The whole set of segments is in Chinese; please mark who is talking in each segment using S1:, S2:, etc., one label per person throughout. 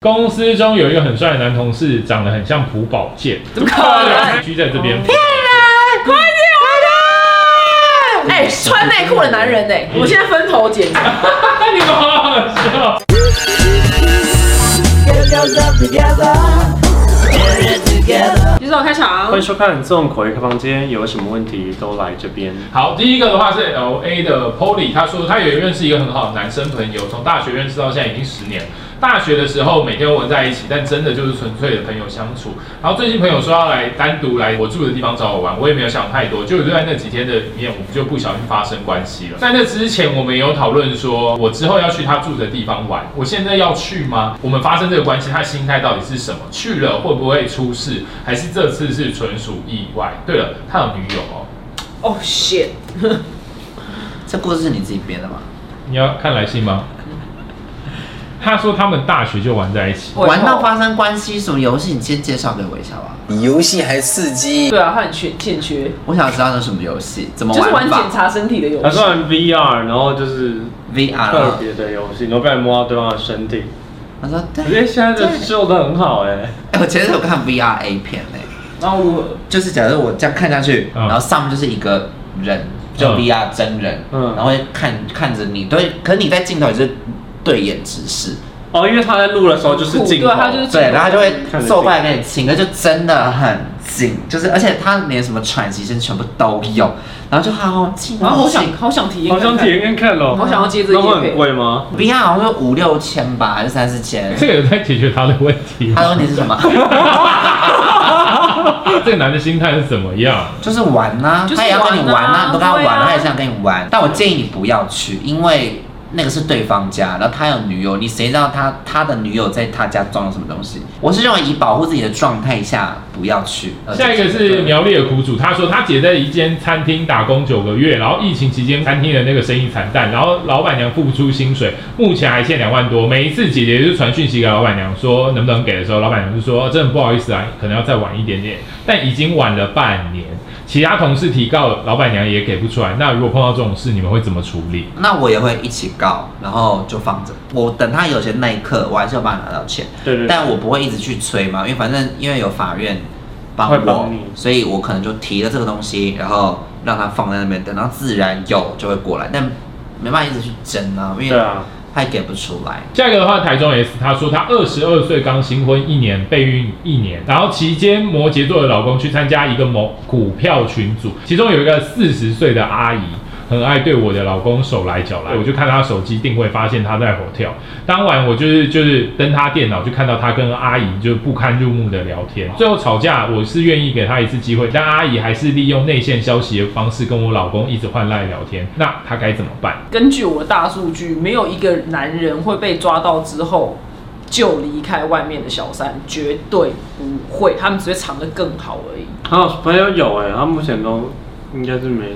S1: 公司中有一个很帅的男同事，长得很像朴宝剑，
S2: 怎么可能？哦
S1: 居在这边。
S2: 快点，快点！哎，穿内裤的男人呢、我现在分头检查。
S1: 你们好好笑。
S2: 你知道我开场
S3: 欢迎收看《纵口语开房间》，有什么问题都来这边。
S1: 好，第一个的话是 L A 的 Polly，他说他有认识一个很好的男生朋友，从大学认识到现在已经十年。大学的时候每天都玩在一起，但真的就是纯粹的朋友相处。然后最近朋友说要来单独来我住的地方找我玩，我也没有想太多，就就在那几天的里面，我们就不小心发生关系了。在那之前，我们也有讨论说，我之后要去他住的地方玩，我现在要去吗？我们发生这个关系，他心态到底是什么？去了会不会出事？还是这次是纯属意外？对了，他有女友哦。
S2: 哦、shit！
S4: 这故事是你自己编的吗？
S1: 你要看来信吗？他说他们大学就玩在一起，
S2: 我
S4: 玩到发生关系什么游戏？你先介绍给我一下吧。
S5: 游戏还刺激，
S2: 对啊，他很缺欠缺，
S4: 我想知道那什么游戏，怎么
S2: 就是玩
S4: 玩
S2: 检
S4: 法
S2: 查身体的游
S3: 他
S2: 戏
S3: 说。玩 VR，然后就是特
S4: ？VR。
S3: 别的游戏，你会不然摸到对方的身体。
S4: 他说
S3: 我觉得
S4: 对。
S3: 现在的秀的很好哎、
S4: 哎，我前阵子有看 VR A 片嘞，
S2: 然后如何？
S4: 就是假设我这样看下去，
S1: 嗯
S4: 然后上面就是一个人，就
S1: 嗯
S4: VR 真人，
S3: 嗯
S4: 然后会看看着你，对，可是你在镜头也是对眼直视，
S3: 哦，因为他在录的时候就是镜头，
S2: 对他就是
S4: 对，然后他就
S3: 看
S4: 会
S3: 着
S4: 坐过来跟你亲，那就真的很近，就是而且他连什么喘息声全部都有，然后就好近，
S2: 然后好
S4: 近
S2: 想好想体验
S3: 好
S2: 看看，
S3: 想体验看看咯。
S2: 好想要接这个
S3: 那会
S2: 业配
S3: 很贵吗？
S4: VR 好像是五六千吧，还是三四千？
S1: 这个有在解决他的问题
S4: 他
S1: 吗？
S4: 的问题是 什么？
S1: 这个男的心态是怎么样？
S4: 就是玩呐、
S2: 就是玩啊
S4: 他也要跟你玩呐、你都跟他玩
S2: 对啊
S4: 了，他也是想跟你玩。但我建议你不要去，因为那个是对方家，然后他有女友，你谁知道他他的女友在他家装了什么东西？我是认为以保护自己的状态下不要去。呃
S1: 下一个是苗栗的苦主，他说他姐在一间餐厅打工九个月，然后疫情期间餐厅的那个生意惨淡，然后老板娘付不出薪水，目前还欠两万多。每一次姐姐就传讯息给老板娘说能不能给的时候，老板娘就说真的不好意思啊，可能要再晚一点点，但已经晚了半年。其他同事提告，老板娘也给不出来。那如果碰到这种事，你们会怎么处理？
S4: 那我也会一起告，然后就放着。我等他有钱那一刻，我还是要帮他拿到钱。
S3: 对对对
S4: 但我不会一直去催嘛，因为反正因为有法院帮
S3: 会
S4: 我，
S3: 帮你
S4: 所以我可能就提了这个东西，然后让他放在那边，等到自然有就会过来，但没办法一直去争啊，因
S3: 对
S4: 为
S3: 啊，
S4: 他也给不出来。
S1: 下一个的话，台中 S 他说他二十二岁刚新婚一年，备孕一年，然后期间摩羯座的老公去参加一个某股票群组，其中有一个四十岁的阿姨。很爱对我的老公手来脚来，我就看他手机定位，发现他在 hotel。当晚我就是就是登他电脑，就看到他跟阿姨就不堪入目的聊天，最后吵架。我是愿意给他一次机会，但阿姨还是利用内线消息的方式跟我老公一直换赖聊天，那他该怎么办？
S2: 根据我的大数据，没有一个男人会被抓到之后就离开外面的小三，绝对不会，他们只会藏得更好而已。
S3: 还有朋友有哎、他目前都应该是没。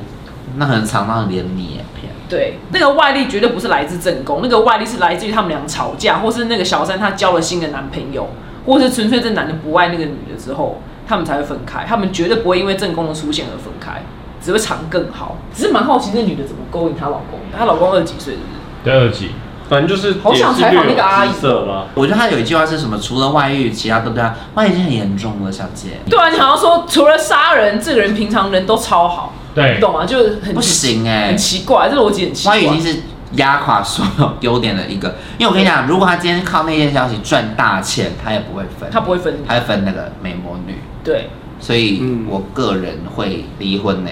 S4: 那可能常常连你也骗。
S2: 对，那个外力绝对不是来自正宫，那个外力是来自于他们俩吵架，或是那个小三她交了新的男朋友，或是纯粹这男的不爱那个女的之后，他们才会分开。他们绝对不会因为正宫的出现而分开，只会藏更好。只是蛮好奇那女的怎么勾引她老公的，她老公二十几岁是不是？
S1: 第二集。
S3: 反正就是
S2: 好想采访那个阿姨
S3: 也是略有姿色啦，
S4: 我觉得他有一句话是什么？除了外遇，其他都对他外遇已经很严重了，小姐。
S2: 对啊，你好像说除了杀人，这个人平常人都超好，
S1: 对
S2: 你懂吗？就是很
S4: 不行哎、
S2: 很奇怪，这逻辑很奇怪
S4: 他。已经是压垮所有 优点的一个。因为我跟你讲，如果他今天靠那件消息赚大钱，他也不会分，
S2: 他不会分
S4: 他会分那个美魔女。
S2: 对，
S4: 所以
S3: 嗯
S4: 我个人会离婚呢、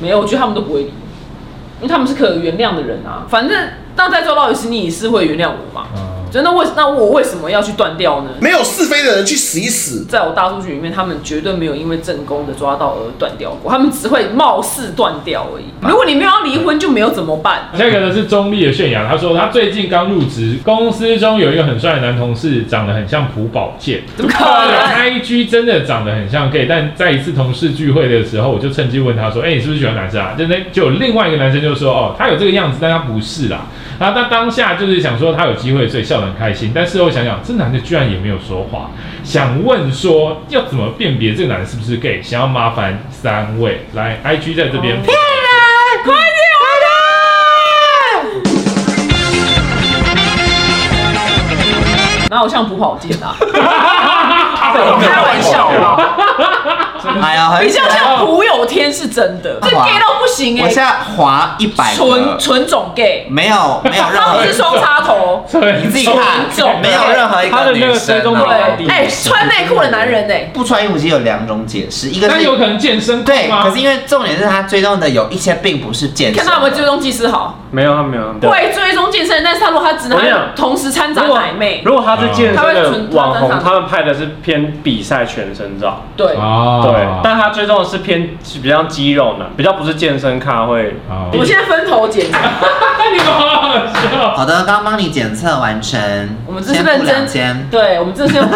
S2: 没有，我觉得他们都不会理我，因为他们是可原谅的人啊。反正那在周到底是你也是会原谅我嘛？
S1: 嗯
S2: 所以那为那我为什么要去断掉呢？
S5: 没有是非的人去死一死。
S2: 在我大数据里面，他们绝对没有因为正宫的抓到而断掉过，他们只会貌似断掉而已。
S1: 嗯
S2: 如果你没有要离婚，就没有怎么办？
S1: 下一个呢是中立的泫雅，他说他最近刚入职，公司中有一个很帅的男同事，长得很像朴宝剑。
S2: 怎么可能？
S1: IG 真的长得很像 gay，但在一次同事聚会的时候，我就趁机问他说：“哎、你是不是喜欢男生啊？”就那就有另外一个男生就说：“哦，他有这个样子，但他不是啦。”然后他当下就是想说他有机会，所以笑得很开心。但事后想想，这男的居然也没有说话。想问说要怎么辨别这个男的是不是 gay？想要麻烦三位来 IG 在这边。
S2: 快点回来！哪有像补跑健 啊？开玩笑啊吧，
S4: 哎呀，
S2: 比较像朴有天是真的，这 gay 到不行
S4: 我现
S2: 哎，
S4: 在滑一百
S2: 纯
S4: 个，
S2: 纯种 gay，
S4: 没有没有任
S2: 他
S4: 何
S2: 不是双插头，
S1: 对
S4: 你自己看
S2: 纯种，
S4: 没有任何一
S3: 他
S4: 个
S3: 的那
S4: 女
S3: 个追
S4: 生
S3: 踪
S4: 啊
S2: 对，哎，穿内裤的男人哎，
S4: 不穿衣服其实有两种解释，一个
S1: 但
S4: 是
S1: 有可能健身
S4: 对，
S1: 吗
S4: 可是因为重点是他追踪的有一些并不是健身
S2: 看，他有没有追踪技师好，
S3: 没有他没有。
S2: 会追踪健身，但是他如果他只能
S3: 我跟你讲
S2: 同时掺杂
S3: 如果
S2: 奶妹，
S3: 如果他是健身
S2: 他会
S3: 的
S2: 存
S3: 网红，
S2: 他会
S3: 他们拍的是偏比赛全身照，
S2: 对，
S1: 哦
S3: 对，但他追踪的是偏比较肌肉男，比较不是健身咖会。
S1: 哦
S2: 我们现在分头检查，
S1: 你们好好笑。
S4: 好的，刚帮你检测完成，
S2: 我们这是
S4: 先付
S2: 认
S4: 两
S2: 真
S4: 间，
S2: 对，我们这是 用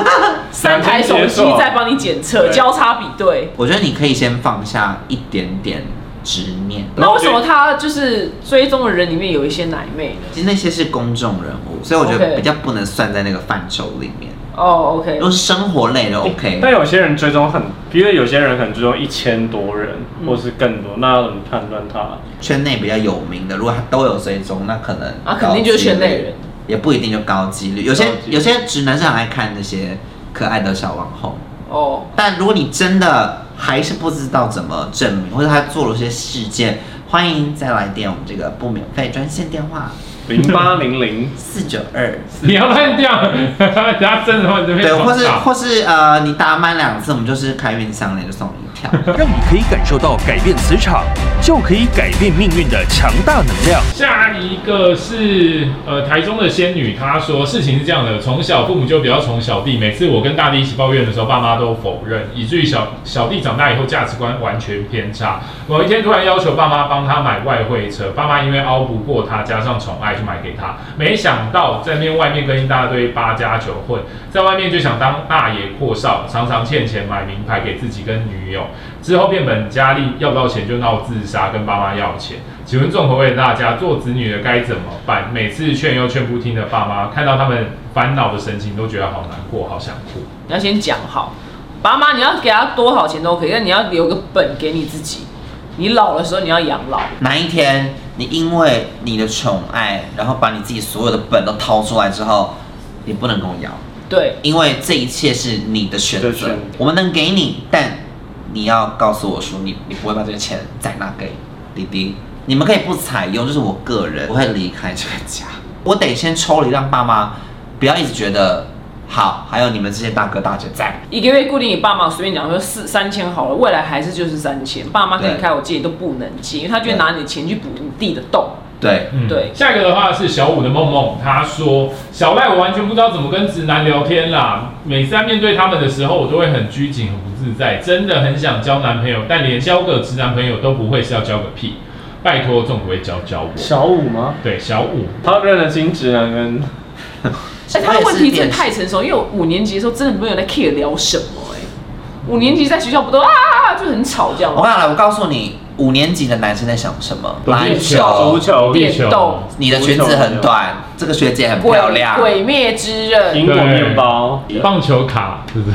S2: 三台手机在帮你检测，
S3: 对
S2: 交叉比对。
S4: 我觉得你可以先放下一点点执念，
S2: 那为什么他就是追踪的人里面有一些奶妹呢？
S4: 其实那些是公众人物，所以我觉得
S2: OK
S4: 比较不能算在那个范畴里面。
S2: 哦，OK、
S4: 如
S2: o
S4: 果是生活类的，OK，
S3: 但有些人追踪很，因为有些人可能追踪一千多人，或是更多，那要怎么判断他？
S4: 圈内比较有名的，如果他都有追踪，那可能
S2: 啊肯定就是圈内人，
S4: 也不一定就高几率。有些
S3: 高几率
S4: 有些直男是很爱看那些可爱的小网红，
S2: k 哦，
S4: 但如果你真的还是不知道怎么证明，或者他做了些事件，欢迎再来电我们这个不免费专线电话
S3: 零八零零，
S4: 四九二。
S1: 你要乱掉， 等下真的话你这边
S4: 对，或是
S1: 撞到
S4: 或是呃，你打满两次，我们就是开运项链就送你一条。
S6: 让你可以感受到改变磁场，就可以改变命运的强大能量。
S1: 下一个是呃台中的仙女，她说事情是这样的，从小父母就比较宠小弟，每次我跟大弟一起抱怨的时候，爸妈都否认，以至于小小弟长大以后价值观完全偏差。某一天突然要求爸妈帮他买外汇 车，爸妈因为拗不过他，加上宠爱就买给他，没想到在面外面跟一大堆八加九混，在外面就想当大爷阔少，常常欠钱买名牌给自己跟女友，之后变本加厉，要不到钱就闹自杀，跟爸妈要钱。请问众口味的大家，做子女的该怎么办？每次劝又劝不听的爸妈，看到他们烦恼的神情，都觉得好难过，好想哭。
S2: 你要先讲好，爸妈你要给他多少钱都可以，但你要留个本给你自己，你老的时候你要养老。
S4: 哪一天你因为你的宠爱，然后把你自己所有的本都掏出来之后，你不能跟我要，
S2: 对，
S4: 因为这一切是你的选
S3: 对选
S4: 择
S3: 择。
S4: 我们能给你，但你要告诉我说你你不会把这个钱再拿给弟弟。你们可以不采用，就是我个人我会离开这个家，我得先抽离，让爸妈不要一直觉得好，还有你们这些大哥大姐在。
S2: 一个月固定你爸妈随便讲说四三千好了，未来还是就是三千，爸妈跟你
S4: 对
S2: 开口借都不能借，因为他就会拿你的钱去补你弟的洞。
S4: 对，
S1: 嗯
S2: 对
S1: 下一个的话是小五的梦梦，他说小赖我完全不知道怎么跟直男聊天啦，每次在面对他们的时候，我都会很拘谨、很不自在，真的很想交男朋友，但连交个直男朋友都不会，是要交个屁！拜托众口味教教我。
S3: 小五吗？
S1: 对，小五，
S3: 他认得清直男跟
S2: 哎、他的问题真的
S4: 我也
S2: 太
S4: 是
S2: 成熟，因为我五年级的时候真的没有在 care 聊什么、哎，五年级在学校不都啊啊啊就很吵这样
S4: 我
S2: 吗？
S4: 看了，我告诉你，五年级的男生在想什么？篮
S3: 足
S4: 球。
S3: 球、
S2: 电
S1: 哦
S2: 动
S4: 你的裙子很短，这个学姐很
S2: 鬼
S4: 漂亮，
S2: 鬼灭之刃，
S3: 苹果面包。
S1: 棒球卡，这种。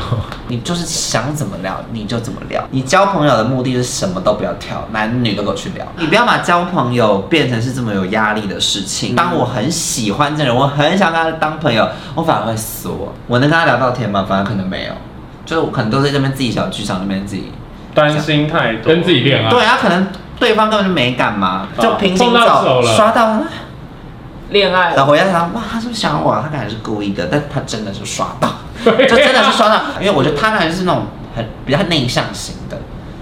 S4: 你就是想怎么聊你就怎么聊。你交朋友的目的是什么都不要挑，男女都给我去聊。你不要把交朋友变成是这么有压力的事情。当我很喜欢这个人，我很想跟他当朋友，我反而会缩。我能跟他聊到天吗？反而可能没有，就是我可能都在这边自己小剧场那边自己。
S3: 担心太多，
S1: 跟自己恋爱、
S4: 对啊，可能对方根本就没干嘛，
S3: 啊
S4: 就平行
S1: 碰到手
S4: 走
S1: 了
S4: 刷到。
S2: 恋爱
S4: 然后我在想，哇，他是不是想我啊？他可能是故意的，但他真的是刷到，就真的是刷到。因为我觉得他可能是那种很比较内向型的，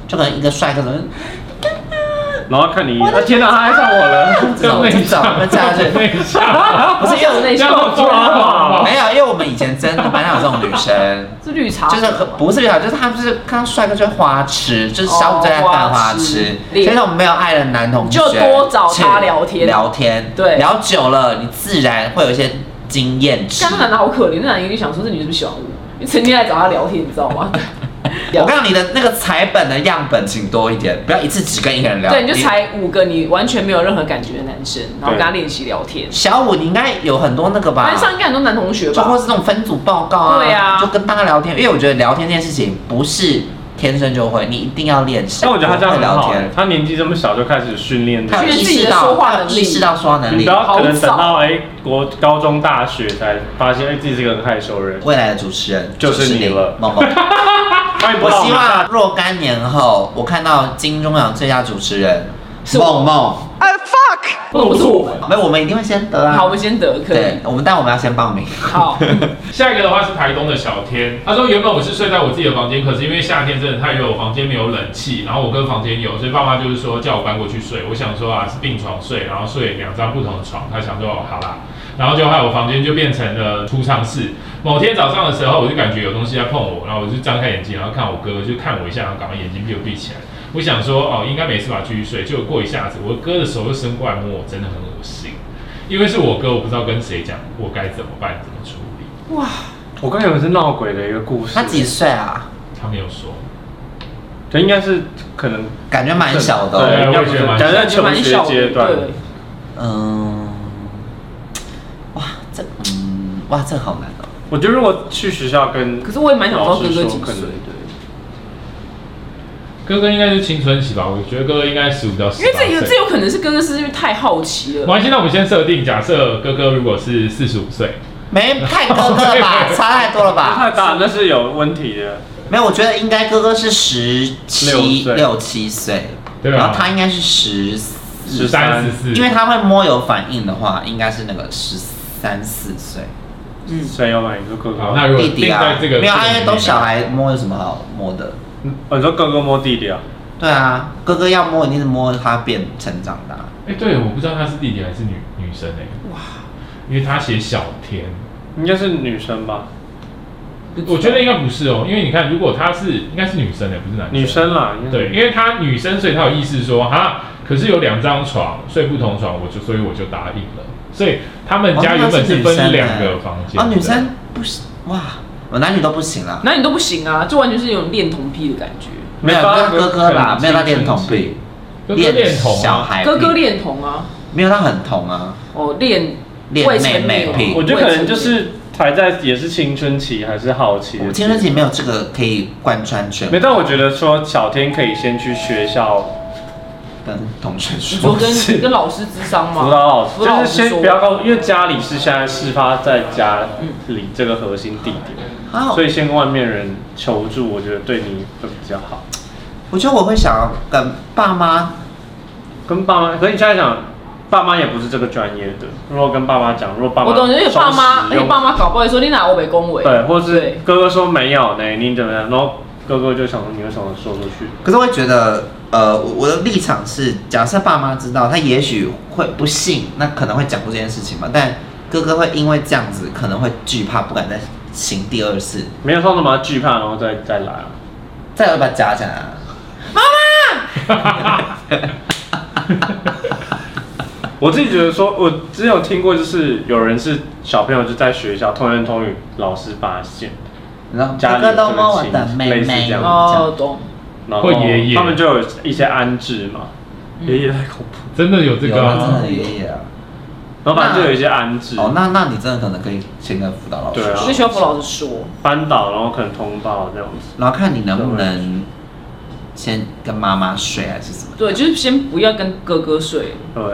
S4: 就可能一个帅哥怎么
S3: 然后看你，啊天哪，他爱上我了，
S4: 这种这种那这样子，
S1: 内向，
S4: 不是因为我
S2: 内
S1: 这样
S3: 哦
S2: 向
S1: 抓嘛？
S4: 没有，因为我们以前真的班上有这种女生，
S2: 是绿茶，
S4: 就是不是比较，就是她就是看到帅哥就会花痴，就是小五最
S2: 哦
S4: 爱犯花痴，所以那种没有爱的男同学
S2: 就多找他聊天
S4: 是聊天，
S2: 对
S4: 聊久了你自然会有一些经验值
S2: 刚。刚男的好啊可怜，那男的一定想说这女的是不是喜欢我，因为成天来找他聊天，你知道吗？
S4: 我告诉你的那个彩本的样本，请多一点，不要一次只跟一个人聊。
S2: 对，你就才五个你完全没有任何感觉的男生，然后跟他练习聊天。
S4: 小五，你应该有很多那个吧？
S2: 班上应该很多男同学
S4: 啊就
S2: 吧
S4: 或？是那种分组报告啊，
S2: 对啊
S4: 就跟大家聊天，因为我觉得聊天这件事情不是天生就会，你一定要练习。
S3: 但我觉得他这样
S4: 会
S3: 很
S4: 聊
S3: 好、欸
S4: 天，，
S3: 他年纪这么小就开始训练这
S4: 他
S3: 个，
S4: 有
S2: 觉得
S4: 意
S2: 自己
S4: 识
S2: 的
S4: 到，
S2: 说话
S4: 他有
S2: 能力
S4: 意识到说话能
S3: 你
S4: 力
S3: 不。要可能等到
S2: 好早
S3: 哎、国高中大学才发现哎、自己是个很害羞的人，
S4: 未来的主持人
S3: 就是你了
S4: 某 某。
S3: 欢迎不
S4: 我
S3: 到
S4: 希
S3: 们
S4: 望若干年后，我看到金钟奖最佳主持人
S2: 是我
S4: 梦梦，
S2: 不不是我们。
S4: 没有，我们一定会先得啊。
S2: 好，我们先得可以
S4: 对。，我们但我们要先 报名。
S2: 好，
S1: 下一个的话是台东的小天，他说原本我是睡在我自己的房间，可是因为夏天真的太热，我房间没有冷气，然后我哥房间有，所以爸妈就是说叫我搬过去睡。我想说啊是病床睡，然后睡两张不同的床，他想说哦好啦，然后就害我房间就变成了储藏室。某天早上的时候，我就感觉有东西在碰我，然后我就张开眼睛，然后看我哥就看我一下，然后赶快眼睛屁股闭起来。我想说哦应该没事吧，继续睡。结果过一下子，我哥的手又伸过来摸我，真的很恶心。因为是我哥，我不知道跟谁讲，我该怎么办，怎么处理。
S2: 哇，
S3: 我刚才有个是闹鬼的一个故事，
S4: 他几岁啊？
S1: 他没有说，
S3: 对，应该是可能
S4: 感觉蛮小的、
S1: 对
S4: 哦。
S3: 应该不是
S1: 我也觉得蛮
S3: 感觉在求
S2: 蛮
S3: 学
S2: 小的，
S3: 阶段，
S2: 对，
S4: 嗯，哇，这嗯，哇，这好难哦。
S3: 我觉得如果去学校跟
S2: 可是我也蛮想知道
S3: 老
S2: 哥
S3: 师
S2: 哥
S3: 说，
S2: 几
S3: 可能
S2: 岁，
S3: 对，
S1: 哥哥应该是青春期吧？我觉得哥哥应该十五到十
S2: 因为
S1: 八
S2: 这有这
S1: 岁。
S2: 有可能是哥哥是因为太好奇
S1: 没
S2: 了，
S1: 关系，那我们先设定，假设哥哥如果是四十五岁，
S4: 没太哥哥了吧，差太多了吧？
S3: 太大那是有问题的，
S4: 没有，我觉得应该哥哥是十七
S3: 六岁
S4: 六七岁，
S1: 对啊
S4: 然后他应该是十
S1: 十
S4: 四，
S1: 三十四，
S4: 因为他会摸有反应的话，应该是那个十三四岁。
S2: 嗯，
S3: 谁要买你说哥
S1: 好，
S3: 哥？
S1: 那如果
S4: 弟弟
S1: 定
S4: 啊
S1: 在，这个，
S4: 没有，啊，因为都小。孩摸有什么好摸的？
S3: 哦你说哥哥摸弟弟啊？
S4: 对啊，哥哥要摸一定是摸他变成长的啊、
S1: 哎，对，我不知道他是弟弟还是女女生哎。哇，因为他写小天，
S3: 应该是女生吧？
S1: 我觉得应该不是哦，因为你看，如果他是应该是女生哎，不是男
S3: 女生啦，应该
S1: 对，因为她女生，所以她有意识说哈，可是有两张床睡不同床，我就所以我就答应了。所以他们
S4: 哦
S1: 家原本是
S4: 那是
S1: 分
S4: 女生
S1: 两个房间
S4: 啊，
S1: 的
S4: 女生不行哇，我男女都不行啦。
S2: 男女都不行啊，就完全是有种恋童癖的感觉，
S4: 没有，
S3: 办
S4: 他
S3: 法
S4: 哥哥啦，没有他恋童，
S3: 可能青春期
S4: 癖，
S1: 哥哥恋童啊
S4: 小孩癖，
S2: 哥哥恋童啊，
S4: 没有他很童啊，
S2: 哦，恋
S4: 恋
S2: 未成年
S4: 妹妹癖
S3: 我觉得可能就是还在也是青春期，还是好奇的
S4: 我
S3: 期。
S4: 青春期没有这个可以贯穿全
S3: 没，但我觉得说小天可以先去学校
S4: 跟同学
S2: 你说
S4: 说。
S2: 跟
S3: 是
S2: 跟老师智商
S3: 辅
S2: 吗？
S3: 导老师，
S2: 辅导
S3: 就
S2: 老
S3: 是
S2: 师
S3: 先
S2: 说
S3: 不要告诉，因为家里是现在事发在家里这个核心地
S2: 哦
S3: 点，
S4: 啊，
S3: 所以先跟外面人求助，我觉得对你会比较好。
S4: 我觉得我会想要跟爸妈，
S3: 跟爸妈，可是你现在想，爸妈也不是这个专业的，如果跟爸妈讲，如果爸妈
S2: 我懂，哦因为爸妈，
S3: 收拾
S2: 而且
S3: 用
S2: 爸妈搞不好也说你哪我没恭维，
S3: 对，或是
S2: 对
S3: 哥哥说没有呢，你怎么样？然后哥哥就想说你为什么说出去？
S4: 可是我会觉得，呃，我我的立场是，假设爸妈知道，他也许会不信，那可能会讲出这件事情嘛。但哥哥会因为这样子，可能会惧怕，不敢再行第二次，
S3: 没有说那么惧怕，然后再再来啊。
S4: 再要把它夹起来啊。
S3: 我自己觉得说，我之前有听过，就是有人是小朋友就在学校通言通语，老师发现，
S4: 然后
S3: 家
S4: 哥
S3: 里
S4: 哥都摸我的妹
S3: 类似
S4: 妹
S3: 这，样
S2: 哦，懂，
S3: 然后
S1: 或爷爷
S3: 他们就有一些安置嘛，
S4: 嗯
S3: 爷爷太恐怖，
S1: 真的有这
S4: 有
S1: 个、嗯
S4: 啊真
S1: 啊
S4: 的，爷爷啊。
S3: 然后反正就有一些安置，
S4: 哦，那那你真的可能可以先跟辅导老师
S3: 对啊
S2: 我就需要跟老师说，
S3: 班导，然后可能通报这样子。
S4: 然后看你能不能先跟妈妈睡还是什么。
S2: 对，就是先不要跟哥哥睡，
S3: 对，
S4: 哦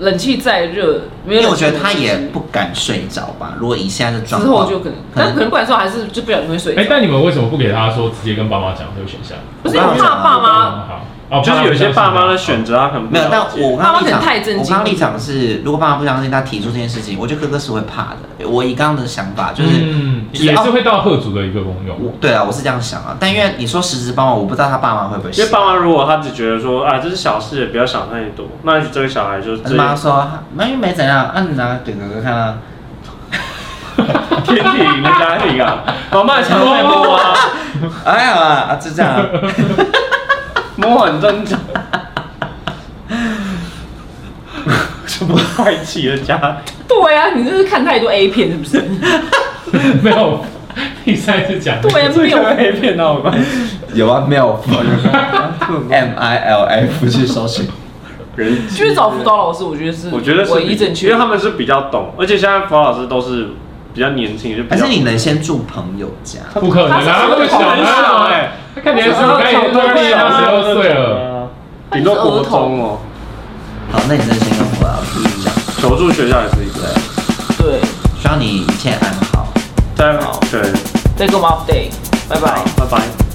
S2: 冷气再热，没有
S4: 因为
S2: 冷
S4: 我
S2: 气
S4: 觉
S2: 没
S4: 得
S2: 关
S4: 他
S2: 系
S4: 也不敢睡着吧，如果以现在的
S2: 之
S4: 状况，
S2: 后就可能，但可能不然之后还是就不小心会睡
S1: 哎、
S2: 着，
S1: 但你们为什么不给他说直接跟爸妈讲这个选项？
S2: 不是因为
S4: 我刚刚
S2: 怕爸
S4: 讲
S2: 妈
S1: 好，哦
S3: 啊就是有一些爸妈的选
S1: 择，
S3: 择，他可能不
S4: 没有
S3: 了。
S4: 但
S3: 解
S4: 我
S2: 爸妈
S4: 刚刚立
S2: 可能
S4: 场
S2: 太震惊
S4: 我刚刚立场是，如果爸妈不相信他提出这件事情，我觉得哥哥是会怕的。我以刚刚的想法就是，
S1: 嗯，
S4: 就是
S1: 也是
S4: 哦
S1: 会到贺族的一个功用。
S4: 我对啊，我是这样想啊。但因为你说实质帮忙，我不知道他爸妈会不会
S3: 因
S4: 信
S3: 为。爸妈如果他只觉得说啊这是小事，也不要想太多，那这个小孩就
S4: 他
S3: 这
S4: 妈说，那又没怎样，啊，你拿给哥哥看啊。
S3: 天平的家庭啊， 妈妈也常在摸啊，
S4: 哎呀啊，就这样、啊。
S3: 摸很正常。 什么怪奇的家？
S2: 对啊，你这是看太多 A 片是 不是？
S1: 没有， 第三次讲那个
S2: 对啊
S3: 这 跟 A 片闹关系？
S4: 有啊，MILF M I L F 去搜寻。
S3: 人
S2: 就是找辅导老师，我觉得是
S3: 我觉得是
S2: 唯一
S3: 比
S2: 正确，
S3: 因为他们是比较懂，而且现在辅导老师都是比较年轻，就比
S4: 还
S3: 较
S4: 是你能先住朋友家？
S1: 不可能啊，他那么小
S3: 很小
S1: 啊
S3: 哎，
S1: 他看起来是应该也二年啊，十二岁了。，
S3: 顶多国中哦，
S4: 好，那你真的先跟我啊，我跟你讲，
S3: 求助学校也是一个，
S2: 对，
S4: 希望你一切安好。
S3: 大家好，对，
S2: 再给我们 update，拜拜
S3: 好。，拜拜。